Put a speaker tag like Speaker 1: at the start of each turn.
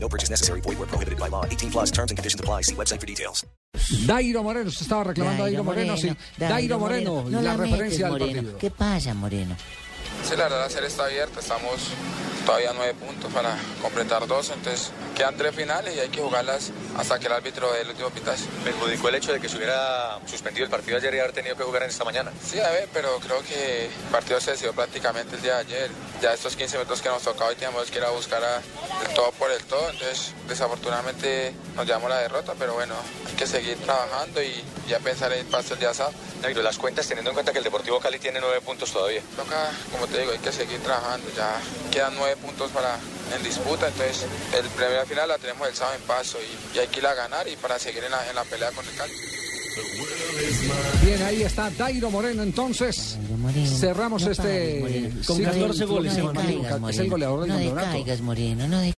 Speaker 1: No purchase necessary. Void where prohibited by law. 18 plus terms and conditions apply. See website for details.
Speaker 2: Dairo Moreno, se estaba reclamando Dairo Moreno, sí. Dairo Moreno,
Speaker 3: No
Speaker 2: la,
Speaker 3: metes,
Speaker 2: referencia del
Speaker 3: Moreno.
Speaker 2: partido.
Speaker 3: ¿Qué pasa, Moreno?
Speaker 4: Sí, la verdad, la serie está abierta. Estamos todavía a nueve puntos para completar dos. Entonces, quedan tres finales y hay que jugarlas hasta que el árbitro dé el último pitazo.
Speaker 5: perjudicó el hecho de que se hubiera suspendido el partido ayer y haber tenido que jugar en esta mañana.
Speaker 4: Sí, a ver, pero creo que el partido se decidió prácticamente el día de ayer. Ya estos 15 minutos que nos tocaba hoy teníamos que ir a buscar a- el todo por el todo. Entonces, desafortunadamente nos llevamos la derrota, pero bueno, hay que seguir trabajando y ya pensar en el paso el día sábado.
Speaker 5: Nairo, las cuentas teniendo en cuenta que el Deportivo Cali tiene nueve puntos todavía.
Speaker 4: Toca, como te digo, hay que seguir trabajando. Ya quedan nueve puntos para en disputa, entonces el primer final la tenemos el sábado en paso y, y hay que ir a ganar y para seguir en la, en la pelea con el Cali.
Speaker 2: Bien, ahí está Dairo Moreno, entonces.
Speaker 3: Dairo Moreno.
Speaker 2: Cerramos
Speaker 3: No
Speaker 2: este
Speaker 3: pares, Moreno.
Speaker 2: con
Speaker 3: No
Speaker 2: 14
Speaker 3: de-
Speaker 2: goles,
Speaker 3: No
Speaker 2: Emanuel. Es
Speaker 3: decaigas,
Speaker 2: el
Speaker 3: Moreno.
Speaker 2: goleador del
Speaker 3: No
Speaker 2: campeonato.
Speaker 3: decaigas, Moreno. No